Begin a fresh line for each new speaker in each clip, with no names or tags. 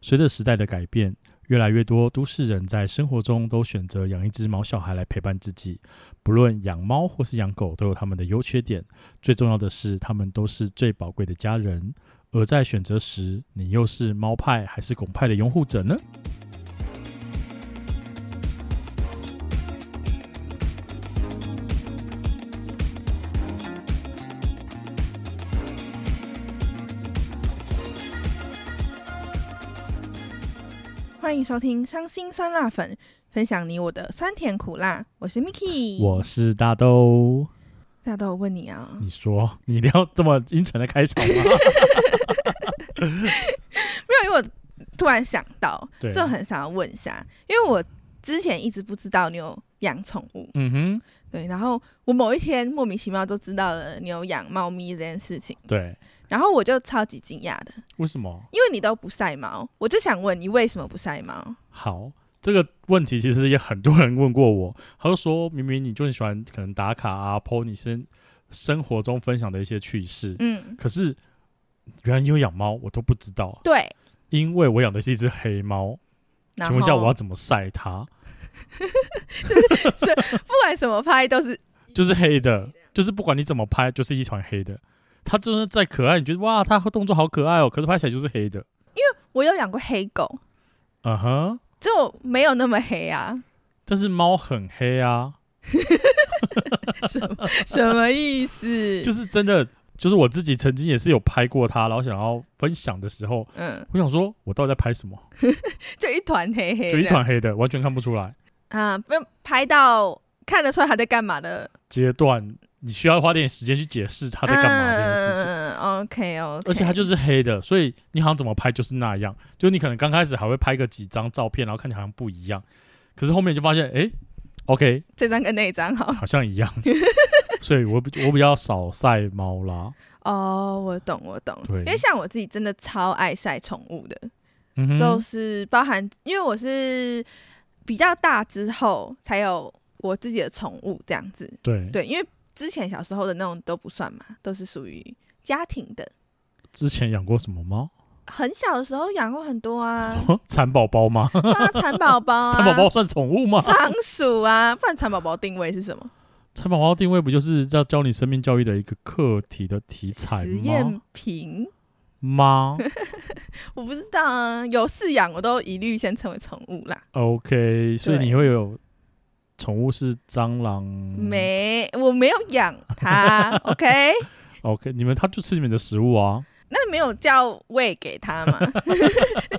随着时代的改变，越来越多都市人在生活中都选择养一只毛小孩来陪伴自己。不论养猫或是养狗，都有它们的优缺点。最重要的是，它们都是最宝贵的家人。而在选择时，你又是猫派还是狗派的拥护者呢？
欢迎收听《伤心酸辣粉》，分享你我的酸甜苦辣。我是 Miki，
我是大豆。
大豆，我问你啊，
你说你一定要这么阴沉的开场吗？
没有，因为我突然想到，
对
这我很想要问一下，因为我之前一直不知道你有养宠物，
嗯哼，
对，然后我某一天莫名其妙就知道了你有养猫咪这件事情，
对，
然后我就超级惊讶的，
为什么？
因为你都不晒猫，我就想问你为什么不晒猫？
好，这个问题其实也很多人问过我，他就说明明你就很喜欢可能打卡啊，po 你生生活中分享的一些趣事，
嗯，
可是原来你有养猫，我都不知道，
对，
因为我养的是一只黑猫。
然
请
后
问一下，我要怎么晒它？
不管什么拍都是
就是黑的，就是不管你怎么拍，就是一团黑的。它就是再可爱，你觉得哇，它动作好可爱哦，可是拍起来就是黑的。
我有养过黑狗，
嗯哼，
就没有那么黑啊，
但是猫很黑啊，
什么什么意思？
就是真的，就是我自己曾经也是有拍过它，然后想要分享的时候，
嗯，
我想说，我到底在拍什么？
就一团黑黑的，
就一团黑的，完全看不出来。
啊，不用拍到看得出来他在干嘛的，
阶段你需要花点时间去解释它
他
在干嘛这件事情，
嗯，OK OK，
而且它就是黑的，所以你好像怎么拍就是那样。就你可能刚开始还会拍个几张照片，然后看起来好像不一样，可是后面你就发现，诶 o k
这张跟那一张好。
好像 一样。所以我比我比较少晒猫啦，
哦，我懂我懂，
对
因为像我自己真的超爱晒宠物的，
嗯哼，
就是包含因为我是比较大之后才有我自己的宠物这样子，
对
对，因为之前小时候的那种都不算嘛，都是属于家庭的。
之前养过什么猫？
很小的时候养过很多啊，
什么蚕宝宝吗？
对啊，蚕宝宝啊，
蚕宝宝算宠物吗？
仓鼠啊，不然蚕宝宝定位是什么？
蚕宝宝定位不就是要教你生命教育的一个课题的题材
实
吗
验？品，
吗
我不知道啊，有饲养我都一律先成为宠物啦。
？OK，所以
对
你会有宠物是蟑螂？
没，我没有养 它，OK？
OK，你们它就吃你们的食物啊。
那没有叫喂给它嘛？ 那是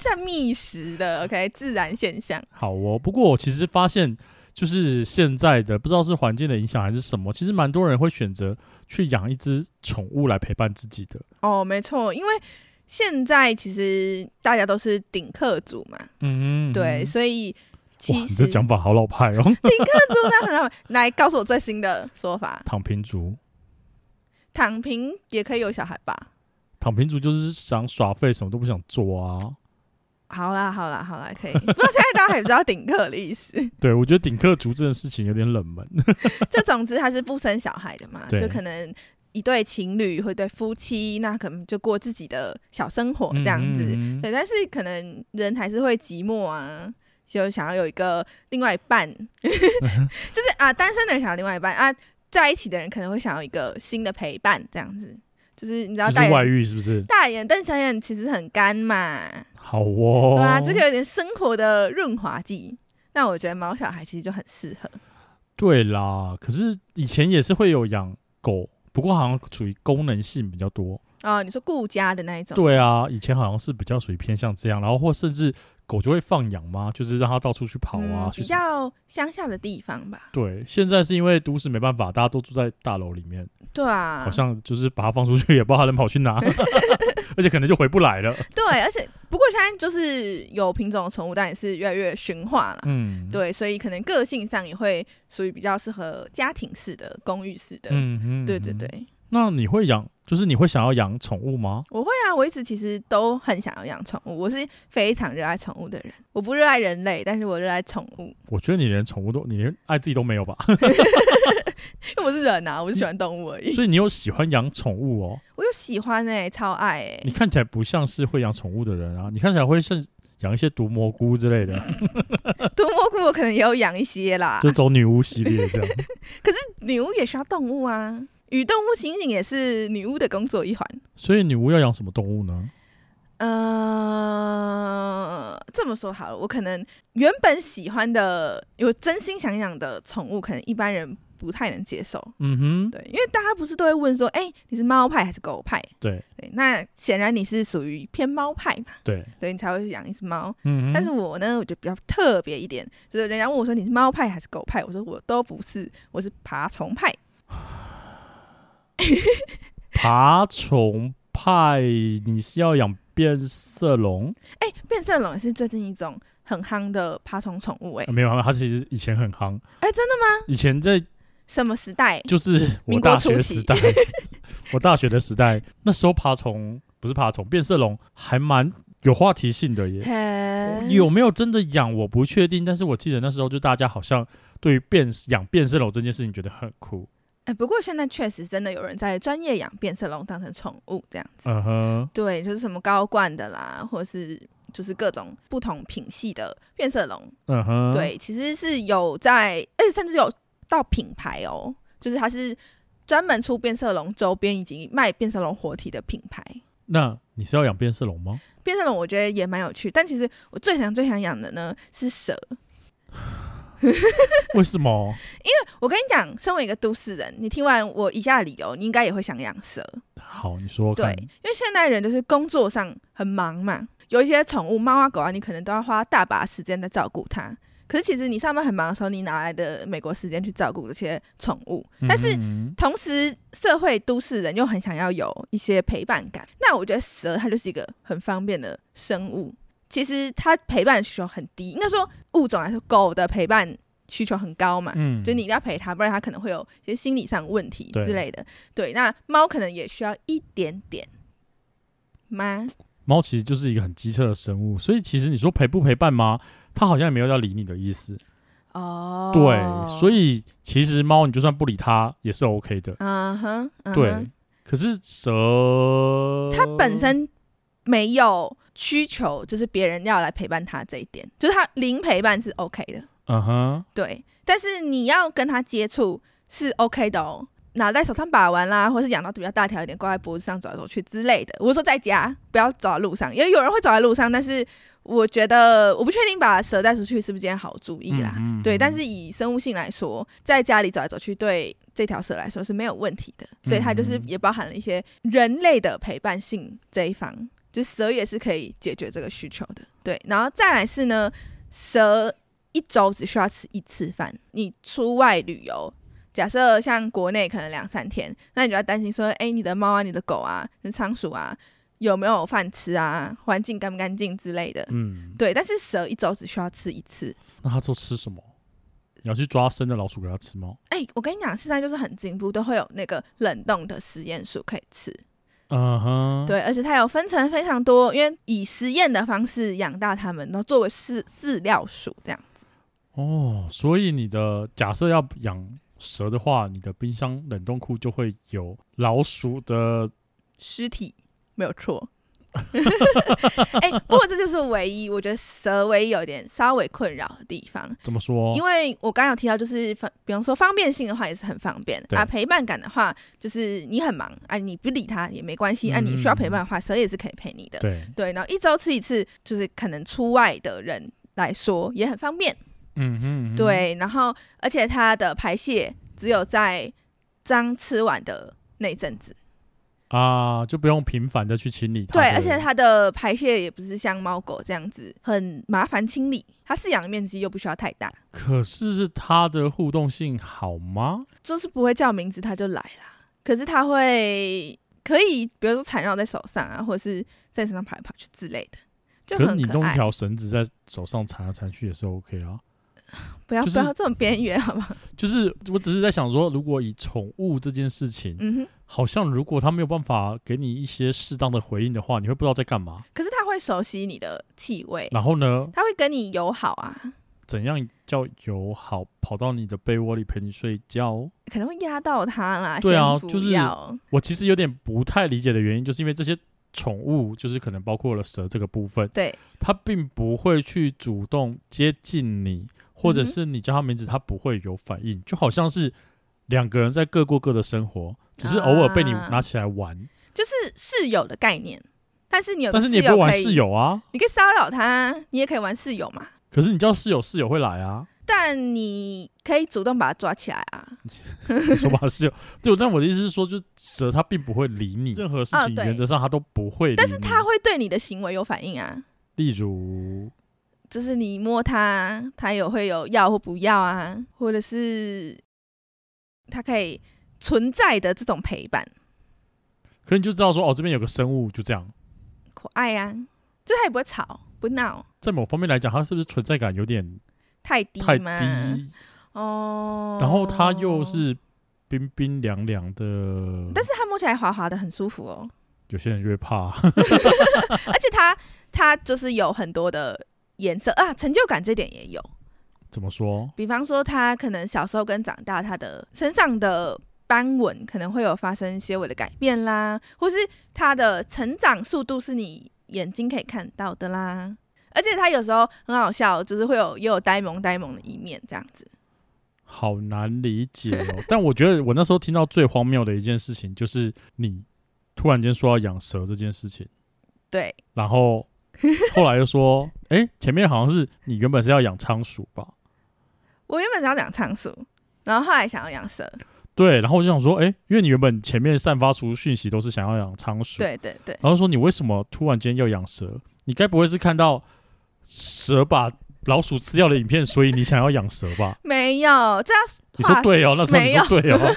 它觅食的，OK？自然现象。
好哦，不过我其实发现，就是现在的不知道是环境的影响还是什么，其实蛮多人会选择去养一只宠物来陪伴自己的。
哦，没错，因为现在其实大家都是顶客族嘛，
嗯哼
对，。所以
哇，
其
你
实
这讲法好老派哦！
顶客族那很好，来告诉我最新的说法，
躺平族，
躺平也可以有小孩吧？
躺平族就是想耍废，什么都不想做啊。
好啦，好啦，好啦，可以。不 知道现在大家还不知道顶客的意思。
对，我觉得顶客族这件事情有点冷门。
就总之他是不生小孩的嘛，
对
就可能一对情侣或一对夫妻，那可能就过自己的小生活哦这样子。
嗯
对，但是可能人还是会寂寞啊，就想要有一个另外一半， 就是啊，单身的人想要另外一半啊，在一起的人可能会想要一个新的陪伴这样子。就是你知道
就
大
是外
眼
遇是不是？
大眼瞪小眼其实很干嘛，
好哦，
对啊，这个有点生活的润滑剂。那我觉得毛小孩其实就很适合。
对啦。可是以前也是会有养狗，不过好像属于功能性比较多。
哦，你说顾家的那一种，
对啊，以前好像是比较属于偏向这样，然后或甚至狗就会放养嘛，就是让它到处去跑啊，
嗯
去
比
什么
较乡下的地方吧。
对，现在是因为都市没办法，大家都住在大楼里面，
对啊，
好像就是把它放出去，也不知道它能跑去 哪， 而且可能就回不来了。
对，而且不过现在就是有品种的宠物，但也是越来越驯化了。
嗯，，
对，所以可能个性上也会属于比较适合家庭式的、公寓式的。
嗯哼
对对。
嗯哼
对，
那你会养，就是你会想要养宠物吗？
我会啊，我一直其实都很想要养宠物，我是非常热爱宠物的人。我不热爱人类，但是我热爱宠物，因
我觉得你连宠物都，你连爱自己都没有吧？
为我是人啊，我是喜欢动物而已。
所以你有喜欢养宠物哦？
我有喜欢哎、超爱哎、
你看起来不像是会养宠物的人啊，你看起来会像养一些毒蘑菇之类的，
毒蘑菇我可能也有养一些啦，啊
就走女巫系列这样。
女巫也需要动物啊，与动物刑警也是女巫的工作一环。
所以女巫要养什么动物呢？
呃，这么说好了，我可能原本喜欢的，有真心想养的宠物，可能一般人不太能接受。
嗯哼，
对，因为大家不是都会问说，哎、你是猫派还是狗派？
对
对，那显然你是属于偏猫派嘛，
对，
所以你才会去养一只猫。
嗯哼，
但是我呢，我就比较特别一点，就是人家问我说你是猫派还是狗派，我说我都不是，我是爬虫派。
爬虫派你是要养变色龙？
哎、变色龙也是最近一种很夯的爬虫宠物、哎、
啊没有，它其实以前很夯，
哎、真的吗？
以前在
什么时代？
就是我
嗯民
大
国初
学
期
时 代，我大学的时代，那时候爬虫不是爬虫，变色龙还蛮有话题性的耶。
嘿
有没有真的养我不确定，但是我记得那时候就大家好像对于变养变色龙这件事情觉得很酷。
哎、不过现在确实真的有人在专业养变色龙当成宠物这样子。
嗯哼，
对，就是什么高冠的啦，或者是就是各种不同品系的变色龙。
嗯哼，，
对，其实是有在，而且甚至有到品牌哦，就是它是专门出变色龙周边以及卖变色龙活体的品牌。
那你是要养变色龙吗？
变色龙我觉得也蛮有趣，但其实我最想最想养的呢是蛇。
为什么？
我跟你讲，身为一个都市人，你听完我以下的理由，你应该也会想养蛇。
好，你说说
对，
看。嗯
因为现代人就是工作上很忙嘛，有一些宠物猫啊狗啊，你可能都要花大把时间在照顾它。可是其实你上班很忙的时候，你哪来的美国时间去照顾这些宠物？但是
嗯哼
同时，社会都市人又很想要有一些陪伴感。那我觉得蛇它就是一个很方便的生物。其实它陪伴需求很低，应该说物种来说，狗的陪伴需求很高嘛。
嗯，
啊就你一定要陪它，不然它可能会有一些心理上问题
对
之类的。对，那猫可能也需要一点点吗？
猫其实就是一个很机车的生物，所以其实你说陪不陪伴吗？它好像也没有要理你的意思。
哦，
对，所，以其实猫你就算不理它也是 OK 的。
嗯哼，嗯哼
对，，可是蛇
它本身没有需求，就是别人要来陪伴它这一点，就是它零陪伴是 OK 的。
嗯哼，
对，但是你要跟它接触是 OK 的哦。拿在手上把玩啦，或是养到比较大条一点，挂在脖子上走来走去之类的。我是说在家，不要走在路上，也有人会走在路上，但是我觉得我不确定把蛇带出去是不是件好主意啦。
嗯
对，
嗯
但是以生物性来说，在家里走来走去对这条蛇来说是没有问题的，所以它就是
嗯
也包含了一些人类的陪伴性这一方，就蛇也是可以解决这个需求的。对，然后再来是呢，蛇一周只需要吃一次饭，你出外旅游。假设像国内可能两三天，那你就要担心说，哎、你的猫啊、你的狗啊、你的仓鼠啊，有没有饭吃啊？环境干不干净之类的。
嗯，
对，但是蛇一周只需要吃一次，
那它都吃什么？你要去抓生的老鼠给它吃吗？
哎、我跟你讲，现在就是很进步，都会有那个冷冻的实验鼠可以吃。
嗯哼，，
对，而且它有分成非常多，因为以实验的方式养大它们，然后作为饲饲料鼠这样。
哦，所以你的假设要养蛇的话，你的冰箱冷冻库就会有老鼠的
尸体没有错。 哎、不过这就是唯一我觉得蛇唯一有点稍微困扰的地方，
怎么说？
因为我刚刚有提到，就是方，比方说方便性的话也是很方便
对
啊，陪伴感的话，就是你很忙啊，你不理它也没关系啊，你需
嗯
要陪伴的话，蛇也是可以陪你的。
对，
对，然后一周吃一次，就是可能出外的人来说也很方便。
嗯哼，嗯哼，
对，然后而且它的排泄只有在刚吃完的那阵子。
啊，就不用频繁的去清理它的。
对，而且它的排泄也不是像猫狗这样子很麻烦清理，它饲养的面积又不需要太大，
可是它的互动性好吗？
就是不会叫名字它就来啦。可是它会可以，比如说缠绕在手上啊，或者是在身上跑来跑去之类的，就
可是
很
你
可
弄一
爱。
条绳子在手上缠来缠去也是 OK 啊。
不要、
就
不
是
要这么边缘，好不好？
就是我只是在想说，如果以宠物这件事情，
嗯哼。
好像如果它没有办法给你一些适当的回应的话，你会不知道在干嘛。
可是它会熟悉你的气味，
然后呢，
他会跟你友好啊，
怎样叫友好跑到你的被窝里陪你睡觉？
可能会压到他啦。
对啊
先不
就是
要
我其实有点不太理解的原因，就是因为这些宠物，就是可能包括了蛇这个部分，
对，
它并不会去主动接近你，或者是你叫它名字，它不会有反应，就好像是两个人在各过各的生活，只是偶尔被你
啊
拿起来玩，
就是室友的概念。但是你有，
但是你也不会玩室，友啊。
呃你可以骚扰他，你也可以玩室友嘛。
可是你叫室友，室友会来啊。
但你可以主动把他抓起来啊。
嗯你 说吧，室友对，但我的意思是说，就是蛇它并不会理你，任何事
哦
情
对
原则上它都不会理你。
但是他会对你的行为有反应啊，
例如
就是你摸他，他有会有要或不要啊，或者是他可以存在的这种陪伴，
可你就知道说，哦，这边有个生物，就这样。
可爱啊，就他也不会吵不闹，
在某方面来讲，它是不是存在感有点
太低
太低？
嘛，哦。
然后它又，是冰冰凉凉的，
但是他摸起来滑滑的，很舒服哦。
有些人就会怕。
而且它它就是有很多的颜色啊，成就感这点也有。
怎么说？
比方说，它可能小时候跟长大，它的身上的斑纹可能会有发生一些微的改变啦，或是它的成长速度是你眼睛可以看到的啦。而且它有时候很好笑，就是会有也有呆萌呆萌的一面这样子。
好难理解哦。但我觉得我那时候听到最荒谬的一件事情，就是你突然间说要养蛇这件事情，
对，
然后后来又 说，哎、前面好像是你原本是要养仓鼠吧？
我原本想要养仓鼠，然后后来想要养蛇。
对，然后我就想说，哎、因为你原本前面散发出讯息都是想要养仓鼠，
对对对，
然后说你为什么突然间要养蛇？你该不会是看到蛇把老鼠吃掉的影片，所以你想要养蛇 吧？
没有这样
你说
话
对哦，那时候你
没
说
有
对 哦。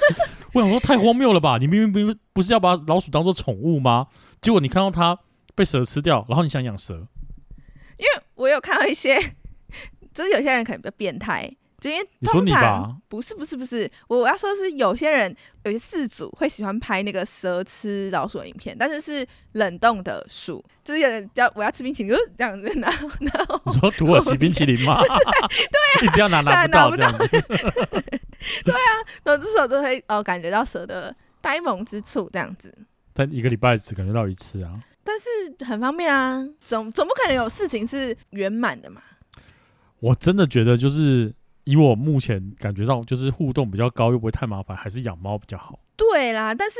我想说太荒谬了吧？你明明不不是要把老鼠当做宠物吗？结果你看到它被蛇吃掉，然后你想养蛇，
我有看到一些，就是有些人可能比较变态，就因为
你说
通
你
常
吧？
不是不是不是，我我要说是有些人有些饲主会喜欢拍那个蛇吃老鼠的影片，但是是冷冻的鼠，就是有人叫我要吃冰淇淋，就是这样子，然后然后
你说土耳其冰淇淋 吗？
啊
对，一直要拿拿不
拿
到
不
这样子。
然后这时候就会哦感觉到蛇的呆萌之处这样子，
但一个礼拜只感觉到一次啊。
但是很方便啊，总总不可能有事情是圆满的嘛，
我真的觉得就是以我目前感觉到，就是互动比较高又不会太麻烦，还是养猫比较好。
对啦，但是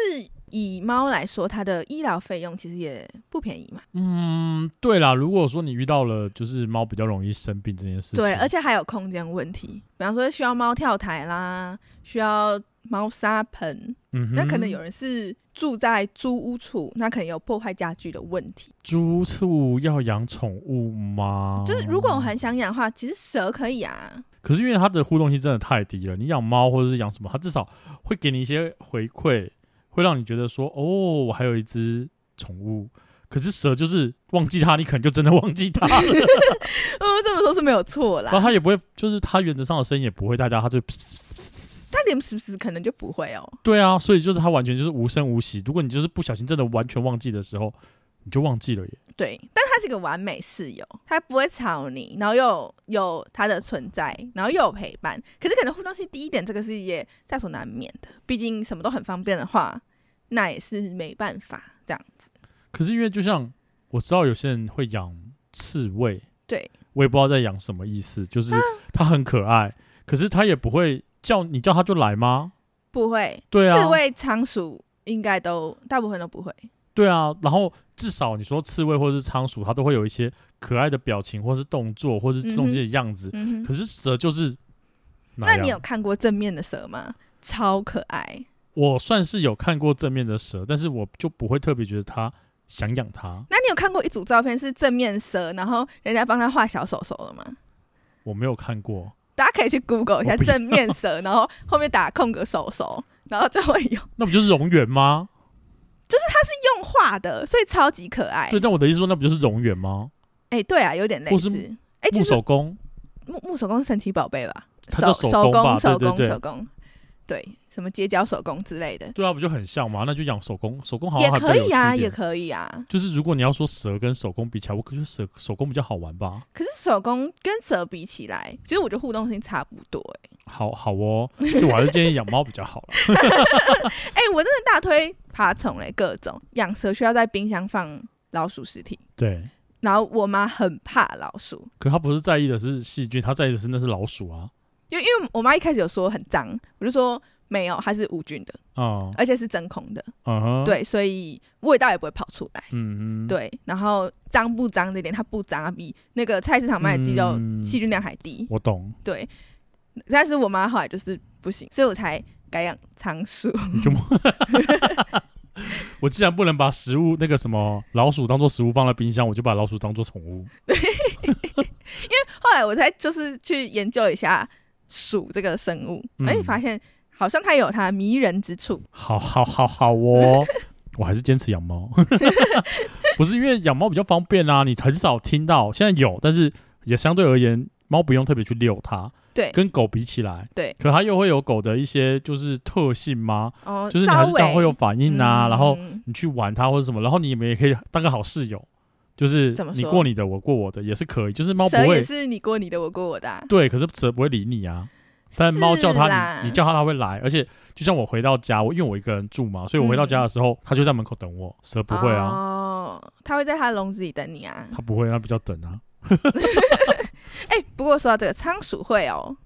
以猫来说，它的医疗费用其实也不便宜嘛。
嗯，对啦，如果说你遇到了就是猫比较容易生病这件事情，
对，而且还有空间问题，比方说需要猫跳台啦，需要猫砂盆，
嗯哼，
那可能有人是住在租屋处，那可能有破坏家具的问题。
租处要养宠物吗？
就是如果我很想养的话，其实蛇可以啊，
可是因为它的互动性真的太低了，你养猫或者是养什么，它至少会给你一些回馈，会让你觉得说，哦，我还有一只宠物。可是蛇就是忘记它，你可能就真的忘记它了。
呃，这么说是没有错啦
然后。它也不会，就是它原则上的声音也不会太大，它就
它连时不时可能就不会哦。
对啊，所以就是它完全就是无声无息。如果你就是不小心真的完全忘记的时候，你就忘记了耶。
对，但它是一个完美室友，它不会吵你，然后又有它的存在，然后又有陪伴。可是可能互动性低一点，这个是也在所难免的。毕竟什么都很方便的话，那也是没办法这样。
可是因为就像我知道有些人会养刺猬，
对啊
我也不知道在养什么意思，就是它很可爱，可是它也不会叫你叫它就来吗？
不会，
对啊
刺，猬、仓鼠应该都大部分都不会。
对啊，然后至少你说刺猬或是仓鼠，它都会有一些可爱的表情，或是动作，或是吃东西的样子。
嗯哼，
可是蛇就是哪
那
样，啊
你有看过正面的蛇吗？超可爱，
我算是有看过正面的蛇，但是我就不会特别觉得它想养它，
那你有看过一组照片是正面蛇，然后人家帮他画小手手了吗？
我没有看过。
大家可以去 Google 一下
我不要
正面蛇，然后后面打空格手手，然后就会有
那不就是蝾螈吗？
用画的，所以超级可爱
对，。但我的意思说，那不就是蝾螈吗？
哎、对啊，有点类
或
似
是。
哎、其
木
实
手工，
木木手工是神奇宝贝吧？
它叫
手
手工吧
工手
对对
工
对
手工，对，什么街角手工之类的，
对啊，不就很像嘛？那就养手工，手工好
也
像还比较
可
有趣
以啊，
一
也
点。
可以啊。
就是如果你要说蛇跟手工比起来，我可觉得蛇手工比较好玩 吧。
可是手工跟蛇比起来，其实我觉得互动性差不多、欸。
好好哦，所以我还是建议养猫比较好 了。
哎、我真的大推爬虫嘞、各种养蛇需要在冰箱放老鼠尸体，
对，
然后我妈很怕老鼠，
可他不是在意的是细菌，他在意的是那是老鼠啊。
就因为嗯我妈一开始有说很脏，我就说没有，它是无菌的，
嗯
而且是真空的，
嗯哼，，
对，所以味道也不会跑出来。
嗯嗯，
对，然后脏不脏这点，它不脏啊，比那个菜市场卖的鸡肉
嗯
细菌量还低。
我懂，
对，但是我妈后来就是不行，所以我才改养仓鼠。
我既然不能把食物那个什么老鼠当做食物放在冰箱，我就把老鼠当做宠物。
后来我才就是去研究一下鼠这个生物，
嗯
哎、发现好像它有它迷人之处。
好好好好哦， 我还是坚持养猫， 不是因为养猫比较方便啊，你很少听到，现在有，但是也相对而言，猫不用特别去遛它，
对
跟狗比起来，
对
可它又会有狗的一些就是特性吗？
哦，
就是你还是这样会有反应啊，
嗯
然后你去玩它或者什么，然后你们也可以当个好室友，就是
怎么说
你过你的，我过我的，也是可以，就是猫不
蛇也
会。
是你过你的，我过我的、啊。
对，可是蛇不会理你啊。但猫叫
是
它，
啦
你你叫它，它会来。而且就像我回到家，我因为我一个人住嘛，所以我回到家的时候，它就在门口等我。蛇不会啊，
嗯哦，它会在它的笼子里等你啊。
它不会，它比较等啊。
哎、不过说到这个仓鼠会哦，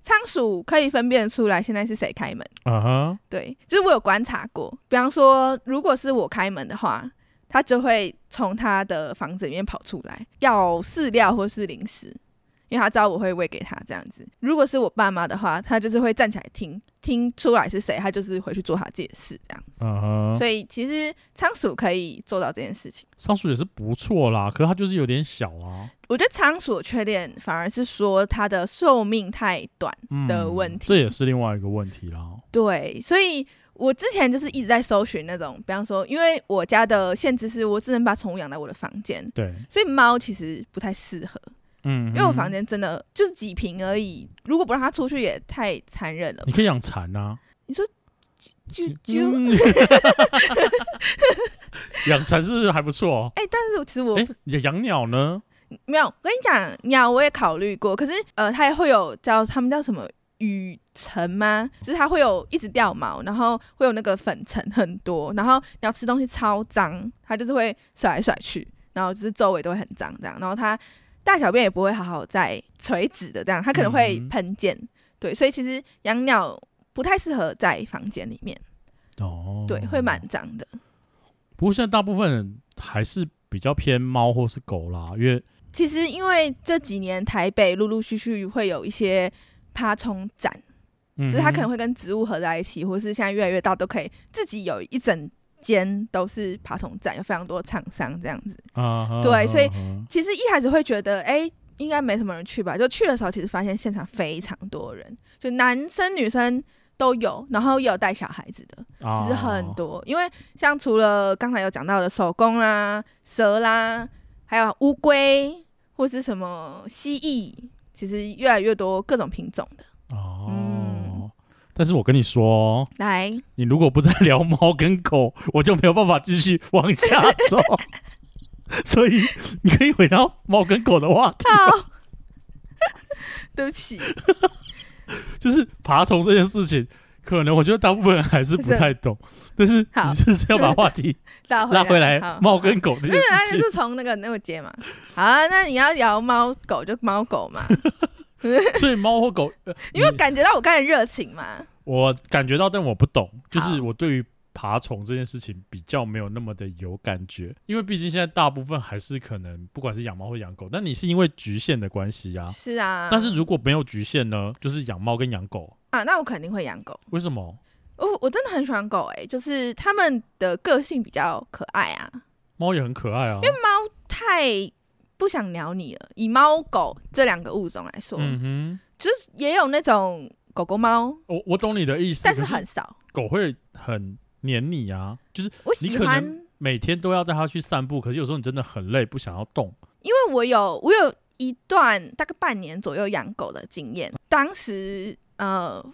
仓鼠可以分辨出来现在是谁开门。
啊哈，
对，就是我有观察过，比方说，如果是我开门的话，它就会从它的房子里面跑出来，要饲料或是零食，因为它知道我会喂给它这样子。如果是我爸妈的话，它就是会站起来听，听出来是谁，它就是回去做它自己的事这样子。
啊哈，
所以其实仓鼠可以做到这件事情。
上树也是不错啦，可是它就是有点小啊。
我觉得仓鼠的缺点反而是说它的寿命太短。
嗯
的问题
这也是另外一个问题啦。
对，所以我之前就是一直在搜寻那种，比方说，因为我家的限制是我只能把宠物养在我的房间，
对，
所以猫其实不太适合，
嗯，
因为我
嗯
房，间真的就是几平而已，如果不让它出去也太残忍了
你。可以养蚕啊，
就就
嗯 养蚕是不是还不错？
哎、但是我其实我
哎，你养鸟呢？
没有，我跟你讲，鸟我也考虑过，可是呃，它也会有叫它们叫什么羽尘吗？就是它会有一直掉毛，然后会有那个粉尘很多，然后鸟吃东西超脏，它就是会甩来甩去，然后就是周围都会很脏这样，然后它大小便也不会好好在垂直的这样，它可能会
嗯
喷溅，对，所以其实养鸟不太适合在房间里面，
哦，
对，会蛮脏的。
不过现在大部分人还是比较偏猫或是狗啦，因为
其实因为这几年台北陆陆续续会有一些爬虫展。
就
就是它可能会跟植物合在一起，或是现在越来越大都可以自己有一整间都是爬虫展，有非常多厂商这样子。
啊哈，
对所以
啊哈
其实一开始会觉得，哎、应该没什么人去吧？就去的时候，其实发现现场非常多人，就男生女生都有，然后也有带小孩子的，其实很
啊
多。因为像除了刚才有讲到的手工啦、蛇啦，还有乌龟或是什么蜥蜴，其实越来越多各种品种的。
哦。
嗯
但是我跟你说，
来，
你如果不再聊猫跟狗， 我就没有办法继续往下走。 所以你可以回到猫跟狗的话 题，
好，对不起。
就是爬虫这件事情，可能我觉得大部分人还是不太懂， 但是
好
你就是要把话题
拉
拉回来
好，
猫跟狗这件
因为他
事
就
情。
是从那个那个接嘛。好啊，那你要聊猫狗就猫狗 嘛，
所以猫或狗，呃
你有感觉到我刚才热情嘛？
我感觉到，但我不懂，就是
好
我对于爬虫这件事情比较没有那么的有感觉，因为毕竟现在大部分还是可能不管是养猫或养狗，但你是因为局限的关系啊。
是啊，
但是如果没有局限呢，就是养猫跟养狗，
啊，那我肯定会养狗。哦
为什么
我我真的很喜欢狗诶、哎就是它们的个性比较可爱啊，
猫也很可爱啊？
太不想鸟你了。以猫狗这两个物种来说，
嗯
就是也有那种狗狗猫，
哼，我我懂你的意思，
但是
可
很少。
狗会很黏你啊，就是
我
你
喜
可
欢，
能每天都要带它去散步，可是有时候你真的很累，不想要动。
因为我有我有一段大概半年左右养狗的经验，当时呃。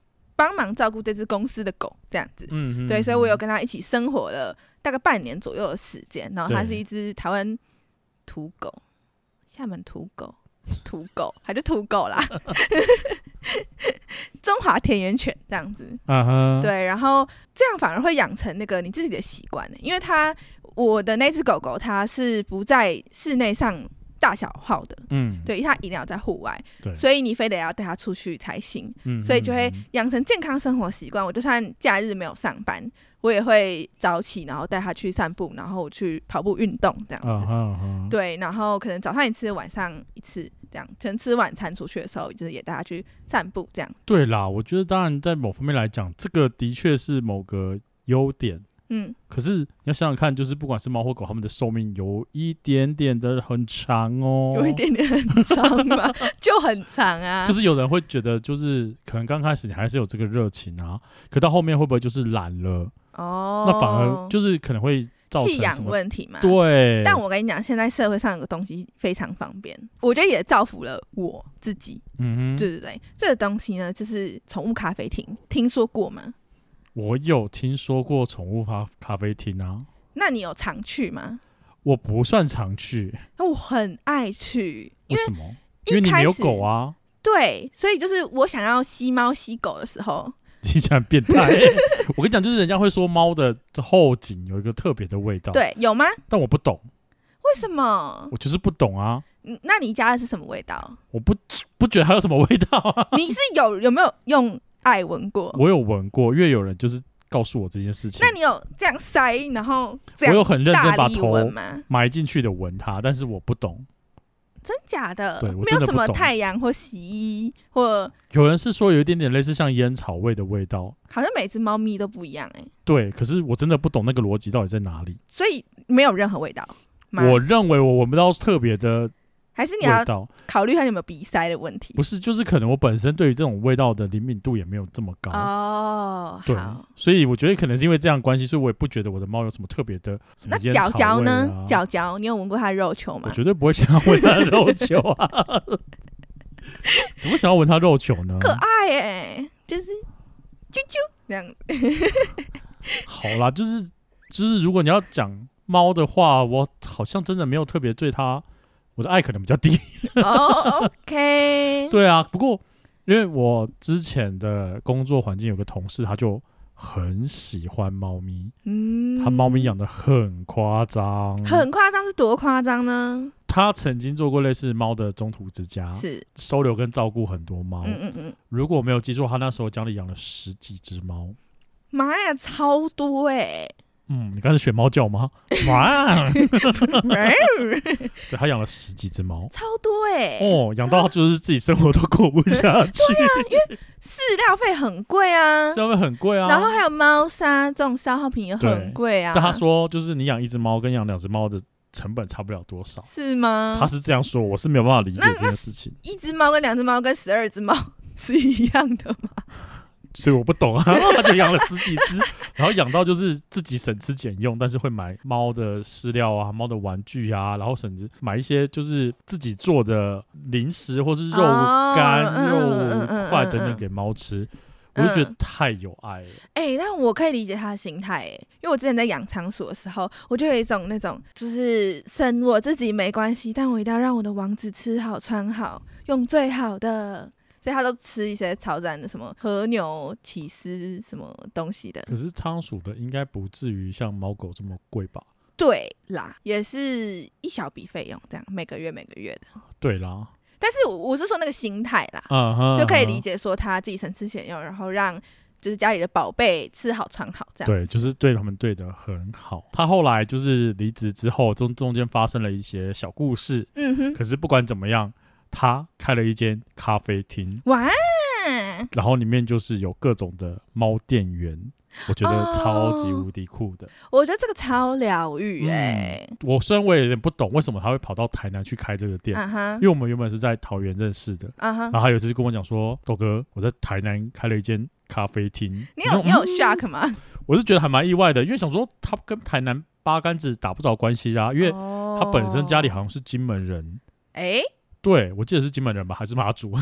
帮忙照顾这只公司的狗这样子。
嗯，嗯
对，
嗯
所以我有跟他一起生活了大概半年左右的时间。然后它
对
是一只台湾土狗，厦门土狗，土狗还是土狗啦， 中华田园犬这样子。
啊哈，
对，然后这样反而会养成那个你自己的习惯呢，因为它我的那只狗狗它是不在室内上大小号的，
嗯，
对，它一定要在户外
对，
所以你非得要带它出去才行，
嗯，
所以就会
嗯嗯
养成健康生活习惯。我就算假日没有上班，我也会早起，然后带它去散步，然后去跑步运动这样
啊
子。
哈啊哈，
对，然后可能早上一次，晚上一次，这样。可能吃晚餐出去的时候，就是也带它去散步，这样。
对啦，我觉得当然在某方面来讲，这个的确是某个优点。
嗯，
可是你要想想看，就是不管是猫或狗，它们的寿命有一点点的很长哦，
有一点点很长 吧，就很长啊。
就是有人会觉得，就是可能刚开始你还是有这个热情啊，可到后面会不会就是懒了？
哦，
那反而就是可能会造
弃
成什
养
么？
问题嘛。。
对，
但我跟你讲，现在社会上有个东西非常方便，我觉得也造福了我自己。
嗯哼，
对对对，这个东西呢，就是宠物咖啡厅，听说过吗？
我有听说过宠物咖咖啡厅啊，
那你有常去吗？
我不算常去，
那我很爱去，
为
因为
什么？
一
因为你没有
开始
狗啊，
对，所以就是我想要吸猫吸狗的时候，
听起来很变态、 我跟你讲，就是人家会说猫的后颈有一个特别的味道，，
对，有吗？
但我不懂，
为什么？
我就是不懂啊，
嗯那你家的是什么味 道？
我不不觉得它有什么味道啊。
你是有有没有用爱闻过？
我有闻过，因为有人就是告诉我这件事情
那，你有这样塞，然后这
我
样
有很认真
大
把
力
头
闻吗？
埋进去的闻它，但是我不懂。
真假的？
对我
没
真
有
的
什
不
么
懂
太阳或洗衣，或
有人是说有一点点类似像烟草味的味道，
好像每只猫咪都不一样哎、
对，可是我真的不懂那个逻辑到底在哪里。
所以没有任何味道吗？
我认为我闻不到特别的
还是你
味
要
道，
考虑一下你有没有鼻塞的问题
不是，就是可能我本身对于这种味道的灵敏度也没有这么高。
哦。
啊对啊
好，，
所以我觉得可能是因为这样的关系，所以我也不觉得我的猫有什么特别的什么
那
烟
角
草
角
味
呢
啊？
角角，你有闻过它的肉球
我
吗？
绝对不会想要闻它的肉球啊！怎么会想要闻它肉球呢？
可爱哎、就是啾啾 这样。
好啦，就是就是，如果你要讲猫的话，我好像真的没有特别对它，我的爱可能比较 低。
哦，OK，
对啊，不过因为我之前的工作环境有个同事，他就很喜欢猫咪，
嗯，
他猫咪养的很夸张，
很夸张，是多夸张呢？
他曾经做过类似猫的中途之家，
是，
收留跟照顾很多猫。
嗯嗯嗯，
如果我没有记错，他那时候家里养了十几只猫。
妈呀，超多哎、
嗯，你刚才学猫叫吗？ 哇！
哎超
对，他养了十几只 猫。
多哎、
哦，养到就是自己生活都过不下 去，
啊饲料费很贵啊，
这样会很贵啊。
然后还有猫砂这种消耗品也很贵啊。
但他说，就是你养一只猫跟养两只猫的成本差不了多少。
是吗？
他是这样说，我是没有办法理解
嗯那
这件事情，
一只猫跟两只猫跟十二只猫 是一样的吗？
所以我不懂啊。 他就养了十几只， 然后养到就是自己省吃俭用，但是会买猫的饲料啊、猫的玩具啊，然后甚至买一些就是自己做的零食或是肉
哦
干、
嗯嗯嗯
肉
嗯
块
嗯
等等
嗯
给猫吃。我就觉得
嗯
太有爱了，
哎、但我可以理解他的心态，哎，因为我之前在养仓鼠的时候，我就有一种那种就是生我自己没关系，但我一定要让我的王子吃好、穿好、用最好的。所以他都吃一些超赞的什么和牛起司什么东西的，
可是仓鼠的应该不至于像猫狗这么贵吧？
对啦，也是一小笔费用这样，每个月每个月的。
对啦，
但是我我是说那个心态啦，
嗯哼，
啊就可以
嗯哼
理。解说他自己省吃俭用，然后让就是家里的宝贝吃好穿好这样。
对，就是对他们对的很好。他后来就是离职之后，中中间发生了一些小故事。
嗯哼，
可是不管怎么样，他开了一间咖啡厅，
哇，
然后里面就是有各种的猫店员，我觉得
哦
超级无敌酷的。
我觉得这个超疗愈
嗯
哎，
我虽然我也有点不懂为什么他会跑到台南去开这个店，
啊哈
因，为我们原本是在桃园认识的。
啊哈
然，后他有一次就跟我讲说：“豆哥，我在台南开了一间咖啡厅。”
你
我
有
说
你有
嗯
shock 吗？
我是觉得还蛮意外的，因为想说他跟台南八竿子打不着关系啊啦，因为
他
他本身家里好像是金门人，
哎，
对我记得是金门人吧，还是马祖？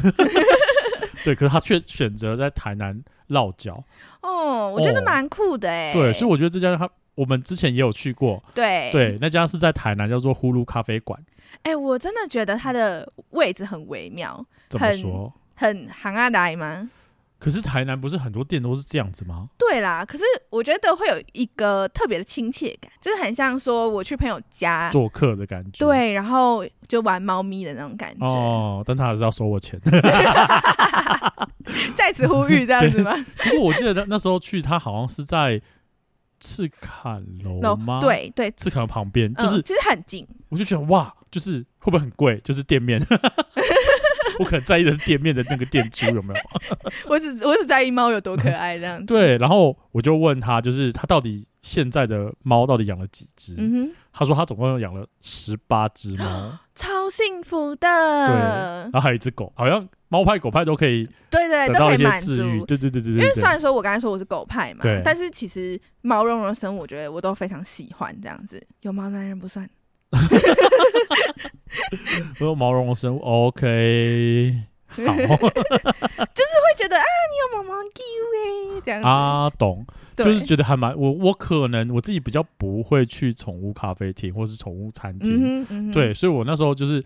对，可是他却选择在台南，哎、落脚。
哦，我觉得
哦
蛮酷的哎、
对，所以我觉得这家他我们之前也有去过，
对
对，那家是在台南，叫做呼噜咖啡馆。
哎、我真的觉得它的位置很微妙，
怎么
很
说？
很行啊来吗？
可是台南不是很多店都是这样子吗？
对啦，可是我觉得会有一个特别的亲切感，就是很像说我去朋友家，
做客的感觉。。
啊对，然后就玩猫咪的那种感觉。
哦，但他还是要收我 钱。
在此呼吁这样子吗？
不过我记得那那时候去，他好像是在赤坎楼
No，
吗？，
对对，
赤坎楼旁边，就
嗯
是、
其实很近，
我就觉得哇，就是会不会很贵？就是店 面， 我可能在意的是店面的那个店租有没有？
我只我只在意猫有多 可爱这样子。
对，然后我就问他，就是他到底现在的猫到底养了几只？
嗯
他说他总共养了十八只猫，
哼，超幸福
对，
的
然，后还有一只狗，好像猫派狗派都可以
对对
得
哎都
到
可
一
以
些
满
治愈。
足。
对对对对
因为
对
虽
对。
然说我刚才说我是狗派嘛
对，
但是其实毛茸茸的生物，我觉得我都非常喜欢这样子。有毛男人不算，
我有毛茸茸生物，OK，好 哦
会觉得啊，你有毛毛 Q 哎，这样子。
阿懂，
对，
啊嗯就是觉得还蛮我我可能我自己比较不会去宠物咖啡厅或是宠物餐厅，
嗯哼嗯哼，
对，所以我那时候就是，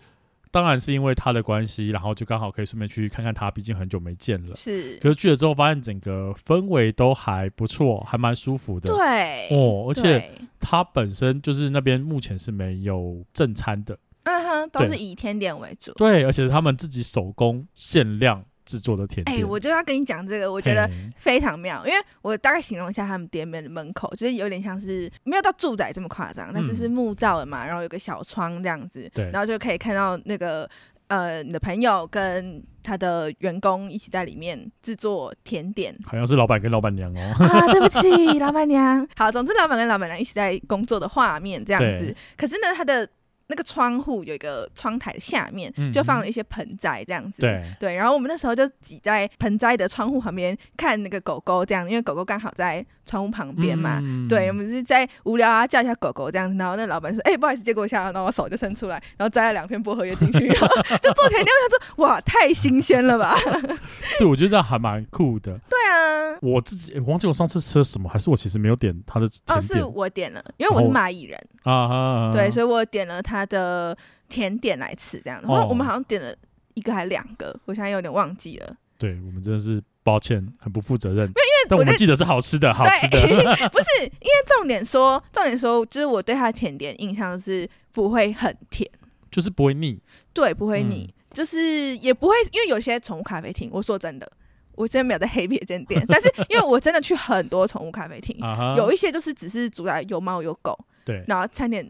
当然是因为他的关系，然后就刚好可以顺便去看看他，毕竟很久没见了。
是，
可是去了之后，发现整个氛围都还不错，还蛮舒服的。
对，
哦，而且
对
它本身就是那边目前是没有正餐的，
嗯哼，都是
对
以甜点为主。
对，而且是他们自己手工限量制作的甜
哎、
点。
我就要跟你讲这个，我觉得
嘿
非常妙，因为我大概形容一下他们店面的门口，就是有点像是没有到住宅这么夸张，但是
嗯
是木造的嘛，然后有个小窗这样子，
对
然后就可以看到那个呃你的朋友跟他的员工一起在里面制作甜点。
好像是老板跟老板娘 哦，
啊，对不 起，老板娘。好，总之老板跟老板娘一起在工作的画面这样子
对。
可是呢，他的那个窗户有一个窗台下面
嗯
就放了一些盆栽这样子。
对，
对，然后我们那时候就挤在盆栽的窗户旁边看那个狗狗，这样，因为狗狗刚好在窗户旁边嘛。
嗯
对，我们是在无聊啊，叫一下狗狗这样子，然后那老板说：“哎、不好意思，借过一下。”然后我手就伸出来，然后摘了两片薄荷叶 进去，然后就做甜点。我想说，哇，太新鲜了吧？
对，我觉得这样还蛮酷的。
对啊，
我自己我忘记我上次吃了什么，还是我其实没有点它的
哦，
甜
是
点
我点了，因为我是
然后
蚂蚁人，
啊啊啊，
对，
以
所以我点了他的甜点来吃，这样。然后
哦
我们好像点了一个还两个，我现在有点忘记了。
对我们真的是抱歉，很不负责任。但我
我
们
就
记得是好吃的，好吃的。
对，不是因为重点说，重点说，就是我对它的甜点印象是不会很甜，
就是不会腻。
对，不会
嗯
腻，就是也不会，因为有些宠物咖啡厅，我说真的，我真的没有在黑别间店，但是因为我真的去很多宠物咖啡厅，
啊哈，
有一些就是只是主打有猫有狗，
对，
然后餐点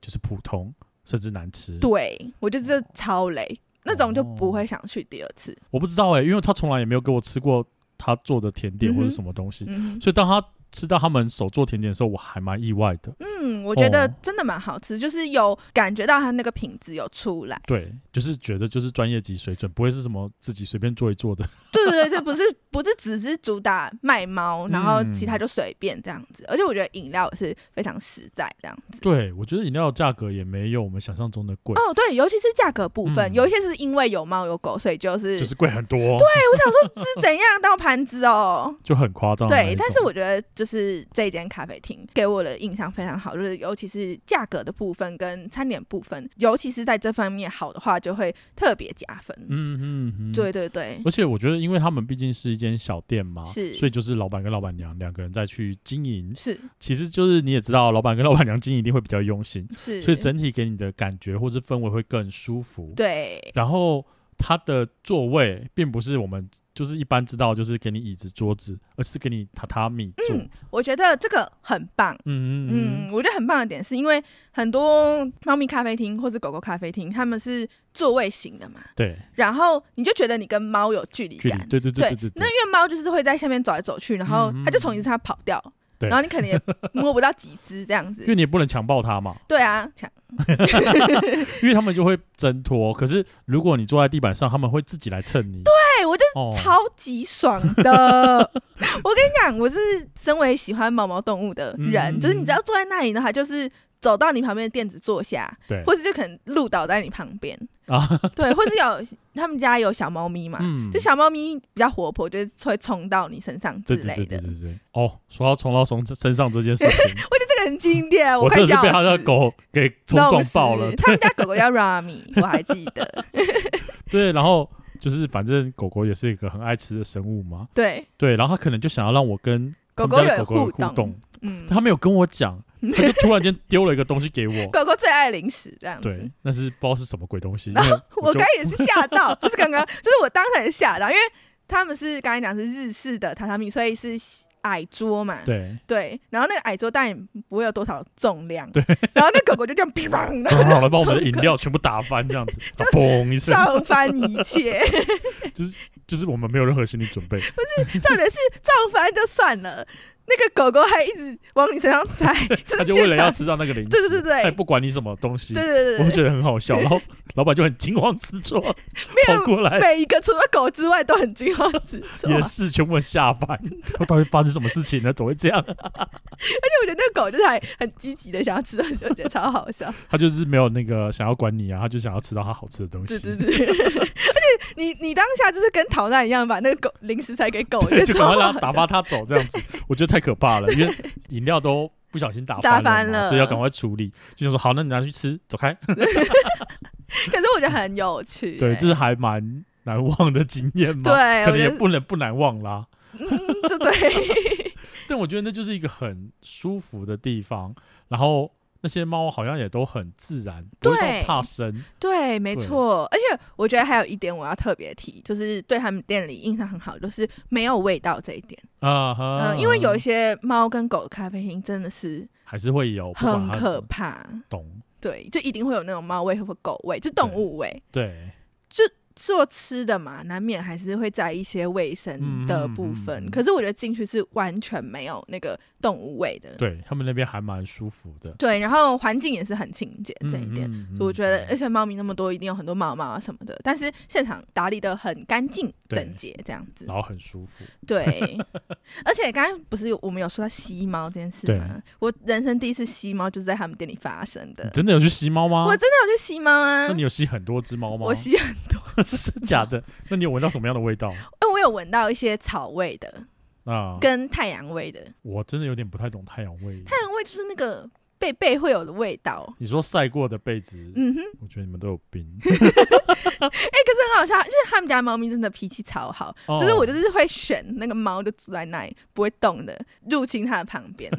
就是普通，甚至难吃。
对我就这超雷。那种就
哦
不会想去第二次，
我不知道哎、因为他从来也没有给我吃过他做的甜点
嗯哼
或者什么东西，
嗯哼
所以当他吃到他们手做甜点的时候，我还蛮意外的。
嗯，我觉得
哦
真的蛮好吃，就是有感觉到它那个品质有出来。
对，就是觉得就是专业级水准，不会是什么自己随便做一做的。
对对对，这不是不是只是主打卖猫，然后
嗯
其他就随便这样子。而且我觉得饮料也是非常实在这样子。
对，我觉得饮料的价格也没有我们想象中的贵，
哦，对，尤其是价格部分，
嗯
有一些是因为有猫有狗，所以就是、哎
就是贵很多。对，
是怎样当盘子 哦。
就很夸张的那一
对
种。，
但是我觉得就是这一间咖啡厅给我的印象非常好，就是尤其是价格的部分跟餐点部分，尤其是在这方面好的话，就会特别加分。
嗯嗯嗯，
对对对，
而且我觉得，因为他们毕竟是一间小店嘛，
是
所以就是老板跟老板娘两个人再去经营，
是
其实就是你也知道，老板跟老板娘经营一定会比较用心，
是，
所以整体给你的感觉或是氛围会更舒服。
对
然后它的座位并不是我们就是一般知道就是给你椅子桌子，而是给你榻榻米坐。
嗯，我觉得这个很棒。
嗯嗯嗯，
嗯，我觉得很棒的点是因为很多猫咪咖啡厅或是狗狗咖啡厅，他们是座位型的嘛，
对，
然后你就觉得你跟猫有距离
距离
感，，
对对对对
那
对，
因为猫就是会在下面走来走去，然后
嗯嗯
它就从你身上跑掉，
对
然后你可能也摸不到几只这样
因为
子。
你也不能强暴它嘛，
对啊，抢
因为他们就会挣脱。可是如果你坐在地板上，他们会自己来蹭你。
对啊哎我就
哦，
超级爽的。 我跟你讲，我是身为喜欢毛毛动物的人，
嗯嗯嗯
就是你只要坐在那里的话，就是走到你旁边的垫子坐下，
对
或是就可能路倒在你旁边，
啊，
对，或是有他们家有小猫咪嘛，
嗯
就小猫咪比较活泼，就是会冲到你身上之
对对
类的。
对对对对。哦，说到冲到从身上这件事 情，
我觉得这个很经典，
我
快
真的是
笑
被他
死
的狗给冲
弄
撞爆了
死。他们家狗狗叫 Rami，我还记得。
对，然后就是反正狗狗也是一个很爱吃的生物嘛，
对，
对，然后它可能就想要让我跟
狗
他们家
有
的狗狗
互
有互动，
嗯，，
它没有跟我讲，它就突然间丢了一个东西给我
狗狗最爱零食这样子
对。，那是不知道是什么鬼东 西，因
然
为
后我
就
刚才也是 吓到，不是刚刚，就是我当场也吓到，因为他们是刚才讲是日式的榻榻米，所以是矮桌嘛，
对，
对然后那个矮桌当然不会有多少重量，对。然后那狗狗就这样砰，然后
好了，把我们的饮料全部打翻，这样子，啊 嘣一声，
撞翻一 切。
就是我们没有任何心理准备，
重点是撞翻就算了，那个狗狗还一直往你身上 踩，就
他
是
就为了
现
要
场。
吃到那个零食，
对对对对
他也不管你什么东西，
对对对
我
对
会
对，
觉得很好笑，然 后老板就很惊慌失措，跑过来。
每一个除了狗之外都很惊慌 失措、
也是，全部很吓翻。我到底发生什么事情了？怎么会这样？
而且我觉得那个狗就是还很积极的想要吃东西，我觉得超好笑。
他就是没有那个想要管你啊，他就想要吃到他好吃的东
对对
西，
对， 而且你你当下就是跟逃难一样，把那个狗零食塞给狗， 我觉得
就赶
超
快让
好
他打
笑
发他走这样 子。我觉得太可怕了，因为饮料都不小心打翻了嘛
打翻了
所以要赶快处理。就想说好，那你拿去吃，走开。
可是我觉得很有趣、
对，
欸
这是还蛮难忘的经验嘛。
对
可能
我觉
也
得
不能不难忘啦。
嗯，就 对，
但我觉得那就是一个很舒服的地方，然后那些猫好像也都很自然，不会那么
对
怕生。
对，没错。而且我觉得还有一点我要特别提，就是对他们店里印象很好，就是没有味道这一点。
啊
嗯、
哈，
因为有一些猫跟狗的咖啡厅真的是
还是会有，不管
很
它
可
怎么
怕，
懂
对，就一定会有那种猫味或狗味，就动物味。
对，
做吃的嘛，难免还是会在意一些卫生的部分。
嗯嗯嗯
可是我觉得进去是完全没有那个动物味的，
对他们那边还蛮舒服的。
对然后环境也是很清洁这一点，
嗯，嗯
所以我觉得，而
嗯
且猫咪那么多，一定有很多毛毛啊什么的。但是现场打理的很干净、
对
整洁这样子
然，后很舒服，
对。 而且刚刚不是有我们有说到吸猫这件事
对
吗？我人生第一次吸猫就是在他们店里发生的
你。真的有去吸猫吗
我？真的有去吸猫啊
那！你有吸很多只猫吗？
我吸， 哎、
真 假的？那你有闻到什么样的味 道
我有闻到一些草味的
啊？
跟太阳味的。
我真的有点不太懂太阳味。
太阳味就是那个贝贝会有的味道。
你说晒过的被子，
嗯哼，哎、
我觉得你们都有 病。
可是很好笑，就是他们家猫咪真的脾气超好，
哦
就是我就是会选那个猫就住在那里不会动的，入侵它的旁 边，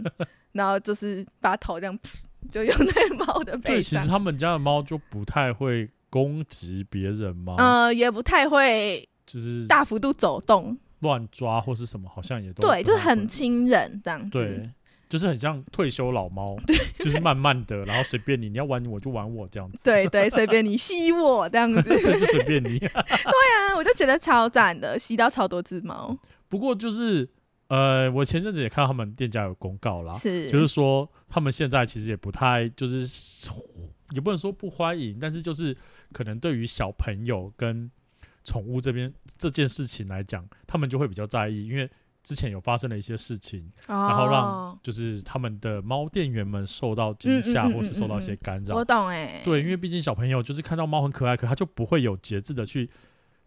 然后就是把头这样噗就用在猫的背
对，其实
上，
他们家的猫就不太会攻击别人嘛，
呃，也不太会
就是
大幅度走动，
乱抓或是什么，好像也都
对，
不
就是
太会
很亲人这样子。
对，就是很像退休老猫，就是慢慢的，然后随便你，你要玩我就玩我这样子，
对对，随便你吸我这样子， 对
就是随便你。
啊，我就觉得超赞的，吸到超多只猫，
不过就是呃，我前阵子也看到他们店家有公告啦，
是
就是说他们现在其实也不太就是也不能说不欢迎，但是就是可能对于小朋友跟宠物这边这件事情来讲，他们就会比较在意，因为之前有发生了一些事情，然
然
后
哦
让就是他们的猫店员们受到惊吓，
嗯嗯嗯
或是受到一
嗯
些
嗯
干扰
我。懂哎、
对，因为毕竟小朋友就是看到猫很可爱，可他就不会有节制的去，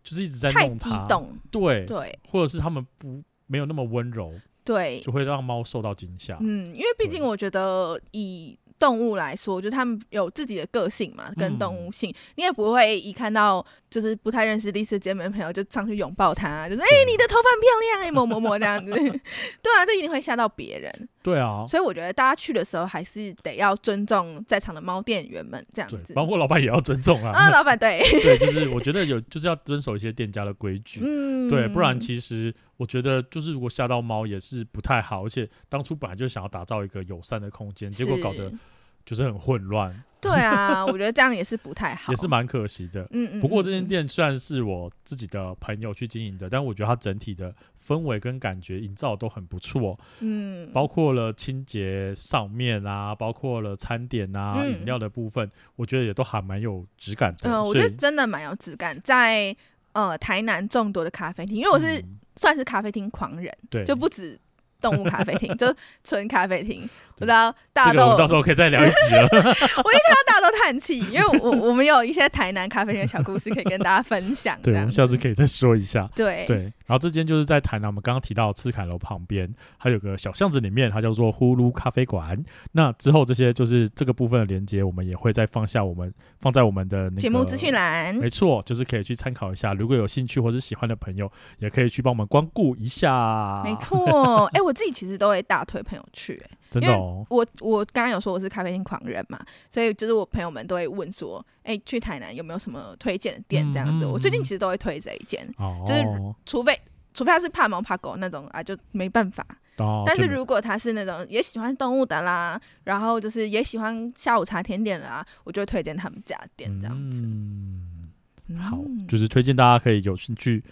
就是一直在
太
弄
激
它。
动，
对，
对
或者是他们不没有那么温柔，
对，
就会让猫受到惊吓。
嗯，因为毕竟
对
我觉得以动物来说，就是它们有自己的个性嘛，跟动
嗯
物性，你也不会一看到就是不太认识第一次见面的朋友就上去拥抱它，就是哎、
对
你的头发很漂亮哎、某某某这样子， 对啊，这一定会吓到别人，
对啊，
所以我觉得大家去的时候还是得要尊重在场的猫店员们这样
对
子，。
包括老板也要尊重
啊，
啊。
老板对，
对，就是我觉得有就是要遵守一些店家的规矩。
嗯，
对，不然其实我觉得就是如果吓到猫也是不太好，而且当初本来就想要打造一个友善的空间，结果搞得
是
就是很混乱，
对啊，我觉得这样也是不太 好，
也是蛮可惜的。
嗯嗯，
不过
嗯
这间
嗯
店虽然是我自己的朋友去经营的，但我觉得它整体的氛围跟感觉营造都很不错，
嗯，
包括了清洁上面啊，包括了餐点啊、
嗯
饮料的部分，我觉得也都还蛮有质感的。
嗯、我
所
觉
以
得真的蛮有质感，在呃台南众多的咖啡厅，因为我是、
嗯
算是咖啡厅狂人，
对
就不止动物咖啡厅，就纯咖 啡厅。我
对
知道大
这个
豆，
我们到时候可以再聊一集 了。
我一看到大家都叹气，因为我我们有一些台南咖啡店的小故事可以跟大家分享。
对，
这
我
样
们下次可以再说一下。
对
对，然后这间就是在台南我们刚刚提到赤凯楼旁边，它有个小巷子里面，它叫做呼噜咖啡馆。那之后这些就是这个部分的连接，我们也会再放下我们放在我们的那个
节目资讯。栏，
没错，就是可以去参考一下。如果有兴趣或是喜欢的朋友，也可以去帮我们光顾一下。
没错。哎、我自己其实都会大推朋友去、哎
真的哦，
我我刚刚有说我是咖啡厅狂人嘛，所以就是我朋友们都会问说，哎、去台南有没有什么推荐的店这样子？
嗯嗯
我最近
嗯
其实都会推这一间，
哦，
就是除非除非他是怕猫怕狗那种啊，就没办法。
哦，
但是
就
如果他是那种也喜欢动物的啦，然后就是也喜欢下午茶甜点的啦，我就会推荐他们家的店这样子。
嗯，
嗯
好，就是推荐大家可以有兴趣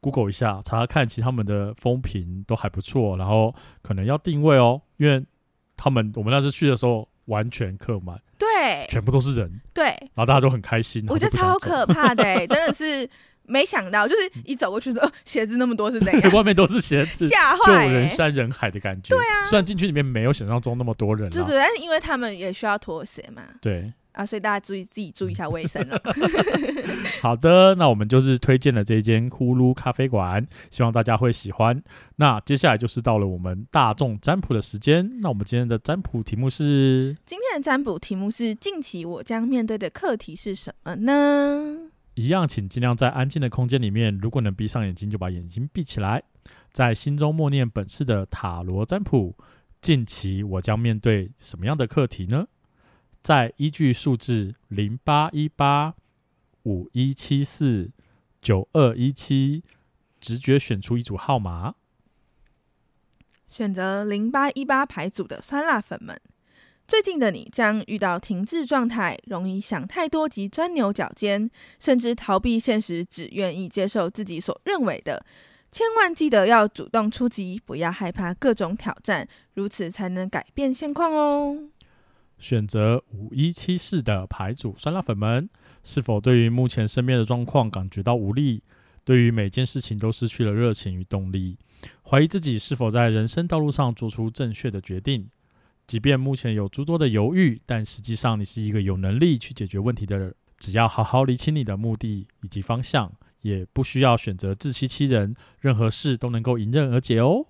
Google 一下，查查看，其实他们的风评都还不错，然后可能要定位哦，因为他们我们那次去的时候完全客满，
对
全部都是人，
对，
然后大家都很开心，然后
我觉得
就不想
超
走。
可怕的、欸，真 的是没想到，就是一走过去说、呃鞋子那么多是怎样，
外面 都是鞋子，
吓
就
坏、
人
欸。
山人海的感觉。对啊，虽然进去里面没有想象中那么多人
对
啦，
对，但是因为他们也需要脱鞋嘛，
对，
啊，所以大家注意自己注意一下卫生啊 了。
好的，那我们就是推荐了这一间呼噜咖啡馆，希望大家会喜欢。那接下来就是到了我们大众占卜的时间。那我们今天的占卜题目是
今天的占卜题目是：近期我将面对的课题是什么呢？
一样，请尽量在安静的空间里面，如果能闭上眼睛，就把眼睛闭起来，在心中默念本次的塔罗占卜。近期我将面对什么样的课题呢？再依据数字零八一八五一七四九二一七，直觉选出一组号码。
选择零八一八牌组的酸辣粉们，最近的你将遇到停滞状态，容易想太多及钻牛角尖，甚至逃避现实，只愿意接受自己所认为的。千万记得要主动出击，不要害怕各种挑战，如此才能改变现况哦。
选择五一七四的牌组酸辣粉们，是否对于目前身边的状况感觉到无力，对于每件事情都失去了热情与动力，怀疑自己是否在人生道路上做出正确的决定？即便目前有诸多的犹豫，但实际上你是一个有能力去解决问题的人。只要好好理清你的目的以及方向，也不需要选择自欺欺人，任何事都能够迎刃而解哦。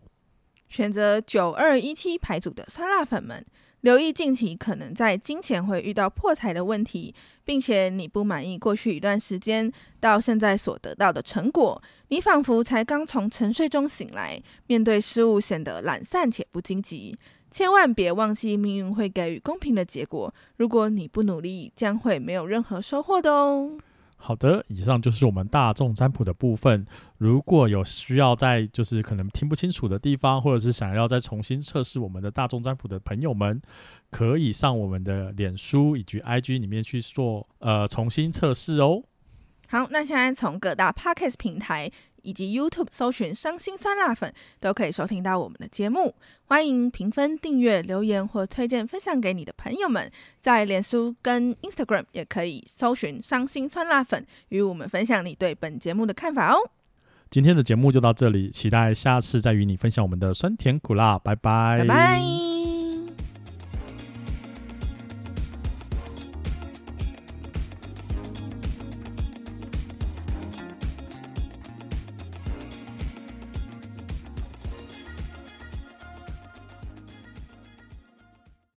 选择九二一七牌组的酸辣粉们，留意近期可能在金钱会遇到破财的问题，并且你不满意过去一段时间到现在所得到的成果，你仿佛才刚从沉睡中醒来，面对事物显得懒散且不积极。千万别忘记，命运会给予公平的结果。如果你不努力，将会没有任何收获的哦。
好的，以上就是我们大众占卜的部分。如果有需要在就是可能听不清楚的地方，或者是想要再重新测试我们的大众占卜的朋友们，可以上我们的脸书以及 IG 里面去做呃重新测试哦。
好，那现在从各大 podcast 平台以及 YouTube 搜寻“伤心酸辣粉”，都可以收听到我们的节目。欢迎评分、订阅、留言或推荐分享给你的朋友们。在脸书跟 Instagram 也可以搜寻“伤心酸辣粉”，与我们分享你对本节目的看法哦。
今天的节目就到这里，期待下次再与你分享我们的酸甜苦辣，拜拜，
拜拜。